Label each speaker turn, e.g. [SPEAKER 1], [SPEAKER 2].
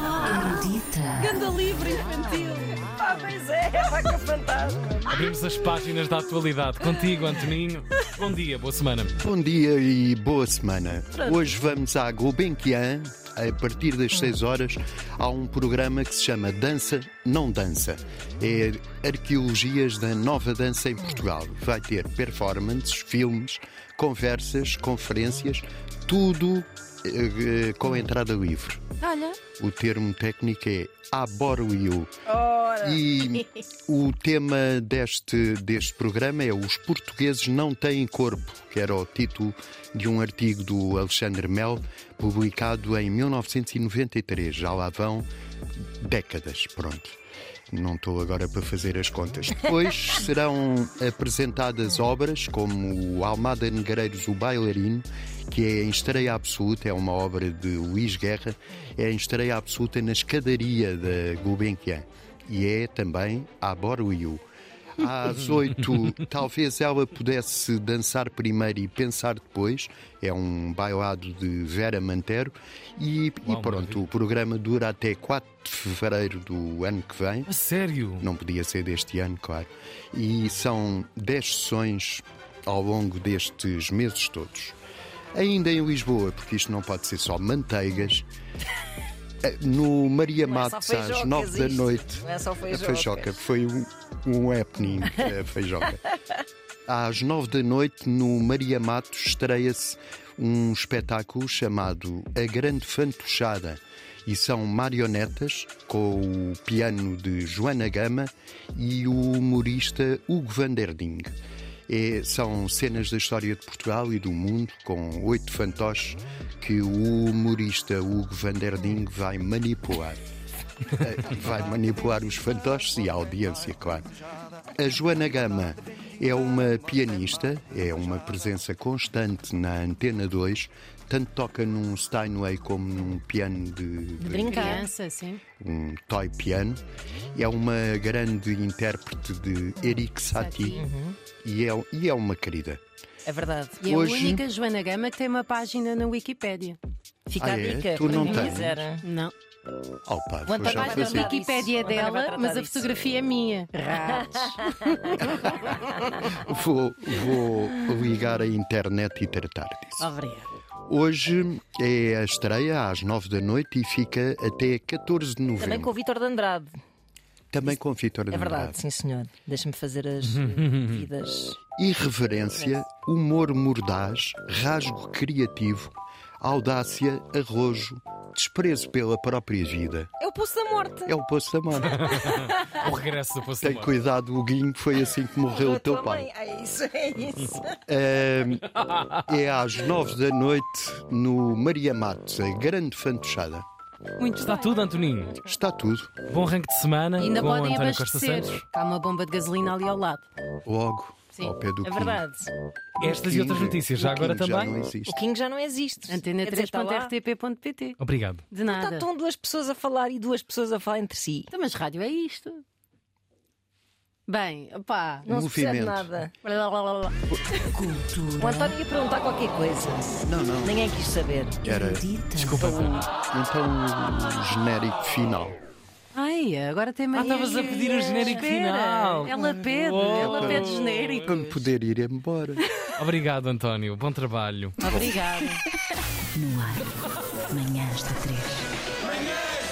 [SPEAKER 1] Erudita.
[SPEAKER 2] Ganda livre infantil.
[SPEAKER 3] Ah, pois é, vai que fantasma.
[SPEAKER 4] Abrimos as páginas da atualidade. Contigo, Antoninho. Bom dia, boa semana.
[SPEAKER 5] Bom dia e boa semana. Hoje vamos à Gulbenkian. A partir das 6 horas há um programa que se chama Dança Não Dança. É arqueologias da nova dança em Portugal. Vai ter performances, filmes, conversas, conferências, tudo eh, eh, com entrada livre.
[SPEAKER 2] Olha,
[SPEAKER 5] O termo técnico é Aboruiu.
[SPEAKER 3] Ora,
[SPEAKER 5] E o tema deste, deste programa é Os Portugueses Não Têm Corpo, que era o título de um artigo do Alexandre Mel, publicado em 1993. Já lá vão décadas, pronto. Não estou agora para fazer as contas. Depois serão apresentadas obras como o Almada Negreiros, o Bailarino, que é em estreia absoluta, é uma obra de Luís Guerra, é em estreia absoluta na escadaria da Gulbenkian e é também a Boruiu. Às oito, talvez ela pudesse dançar primeiro e pensar depois. É um bailado de Vera Mantero. E, e pronto, o programa dura até 4 de fevereiro do ano que vem.
[SPEAKER 4] A sério?
[SPEAKER 5] Não podia ser deste ano, claro. E são 10 sessões ao longo destes meses todos. Ainda em Lisboa, porque isto não pode ser só manteigas, eh, no Maria
[SPEAKER 3] Não é só
[SPEAKER 5] Matos, às
[SPEAKER 3] feijocas
[SPEAKER 5] 9 da
[SPEAKER 3] isto.
[SPEAKER 5] noite.
[SPEAKER 3] Não é só
[SPEAKER 5] A
[SPEAKER 3] feijocas.
[SPEAKER 5] feijoca foi um, um happening, a feijoca. Às 9 da noite, no Maria Matos, estreia-se um espetáculo chamado A Grande Fantochada. E são marionetas com o piano de Joana Gama e o humorista Hugo Vanderding. É, são cenas da história de Portugal e do mundo, com oito fantoches que o humorista Hugo Vanderding vai manipular. Eh, vai manipular os fantoches e a audiência, claro. A Joana Gama é uma pianista, é uma presença constante na Antena 2, tanto toca num Steinway como num piano de, de-
[SPEAKER 2] criança, sim.
[SPEAKER 5] um toy piano. É uma grande intérprete de Eric Satie
[SPEAKER 3] uhum.
[SPEAKER 5] e, é, e é uma querida.
[SPEAKER 3] É verdade.
[SPEAKER 2] E
[SPEAKER 5] Hoje-
[SPEAKER 2] é a única Joana Gama que tem uma página na Wikipédia.
[SPEAKER 3] Fica
[SPEAKER 5] Ah,
[SPEAKER 3] a
[SPEAKER 5] é?
[SPEAKER 3] dica.
[SPEAKER 5] Tu
[SPEAKER 3] para
[SPEAKER 5] não
[SPEAKER 3] quem
[SPEAKER 5] tens?
[SPEAKER 3] quiser.
[SPEAKER 2] Não.
[SPEAKER 5] Oh, pá,
[SPEAKER 3] Quanto a
[SPEAKER 5] pois não
[SPEAKER 3] mais
[SPEAKER 2] A
[SPEAKER 5] fazia.
[SPEAKER 3] Tratar disso.
[SPEAKER 2] Wikipédia é
[SPEAKER 3] Também vai
[SPEAKER 2] dela,
[SPEAKER 3] tratar
[SPEAKER 2] mas a
[SPEAKER 3] disso.
[SPEAKER 2] fotografia é minha. Rats.
[SPEAKER 5] Vou, vou ligar a internet e tratar disso.
[SPEAKER 2] Obrigada.
[SPEAKER 5] Hoje é a estreia às 9 da noite e fica até 14 de novembro.
[SPEAKER 3] Também com o Vítor de Andrade.
[SPEAKER 5] Também com Vitor
[SPEAKER 3] É verdade, sim senhor. Deixa-me fazer as
[SPEAKER 5] Uhum.
[SPEAKER 3] eh, vidas.
[SPEAKER 5] Irreverência, humor mordaz, rasgo criativo, audácia, arrojo, desprezo pela própria vida.
[SPEAKER 3] É o pulso da morte.
[SPEAKER 5] É o Poço da Mora.
[SPEAKER 4] O regresso do Poço
[SPEAKER 5] Tem
[SPEAKER 4] da Morte.
[SPEAKER 5] cuidado, Huguinho, foi assim que morreu o teu pai.
[SPEAKER 3] É isso, é isso.
[SPEAKER 5] Ahm, É às 9 da noite no Maria Matos, a grande fantochada.
[SPEAKER 2] Muito
[SPEAKER 4] Está
[SPEAKER 2] bem.
[SPEAKER 4] tudo, Antoninho.
[SPEAKER 5] Está tudo.
[SPEAKER 4] Bom arranque de semana
[SPEAKER 2] Ainda
[SPEAKER 4] com
[SPEAKER 2] podem
[SPEAKER 4] António Costa
[SPEAKER 2] abastecer.
[SPEAKER 4] Santos.
[SPEAKER 2] Há uma bomba de gasolina ali ao lado.
[SPEAKER 5] Logo,
[SPEAKER 2] Sim,
[SPEAKER 5] ao pé do
[SPEAKER 3] É
[SPEAKER 5] Quinho.
[SPEAKER 3] verdade.
[SPEAKER 4] Estas e outras
[SPEAKER 5] Quinho,
[SPEAKER 4] notícias, já
[SPEAKER 5] o
[SPEAKER 4] agora
[SPEAKER 5] Quinho já não é
[SPEAKER 4] também.
[SPEAKER 5] existe.
[SPEAKER 3] O King já não existe. Quer dizer, está lá. tá
[SPEAKER 2] Antena3.rtp.pt.
[SPEAKER 4] Obrigado.
[SPEAKER 3] Portanto,
[SPEAKER 2] De nada.
[SPEAKER 3] Estão duas pessoas a falar e duas pessoas a falar entre si.
[SPEAKER 2] Então, Mas rádio é isto. Bem, opá.
[SPEAKER 3] Não se percebe
[SPEAKER 5] Movimento.
[SPEAKER 3] nada.
[SPEAKER 2] Blá, blá, blá, blá.
[SPEAKER 3] O
[SPEAKER 1] Cultura
[SPEAKER 3] António ia perguntar qualquer coisa.
[SPEAKER 5] Não, não.
[SPEAKER 3] Ninguém quis saber.
[SPEAKER 5] Era
[SPEAKER 1] erudita.
[SPEAKER 5] então o genérico final.
[SPEAKER 2] Ai, agora tem
[SPEAKER 4] Ah,
[SPEAKER 2] mania.
[SPEAKER 4] estavas a pedir o genérico
[SPEAKER 2] Espera,
[SPEAKER 4] final.
[SPEAKER 2] Ela pede, ela pede genérico.
[SPEAKER 5] Para me poder ir embora.
[SPEAKER 4] Obrigado, António. Bom trabalho.
[SPEAKER 2] Obrigada.
[SPEAKER 1] no ar. Manhãs da 3.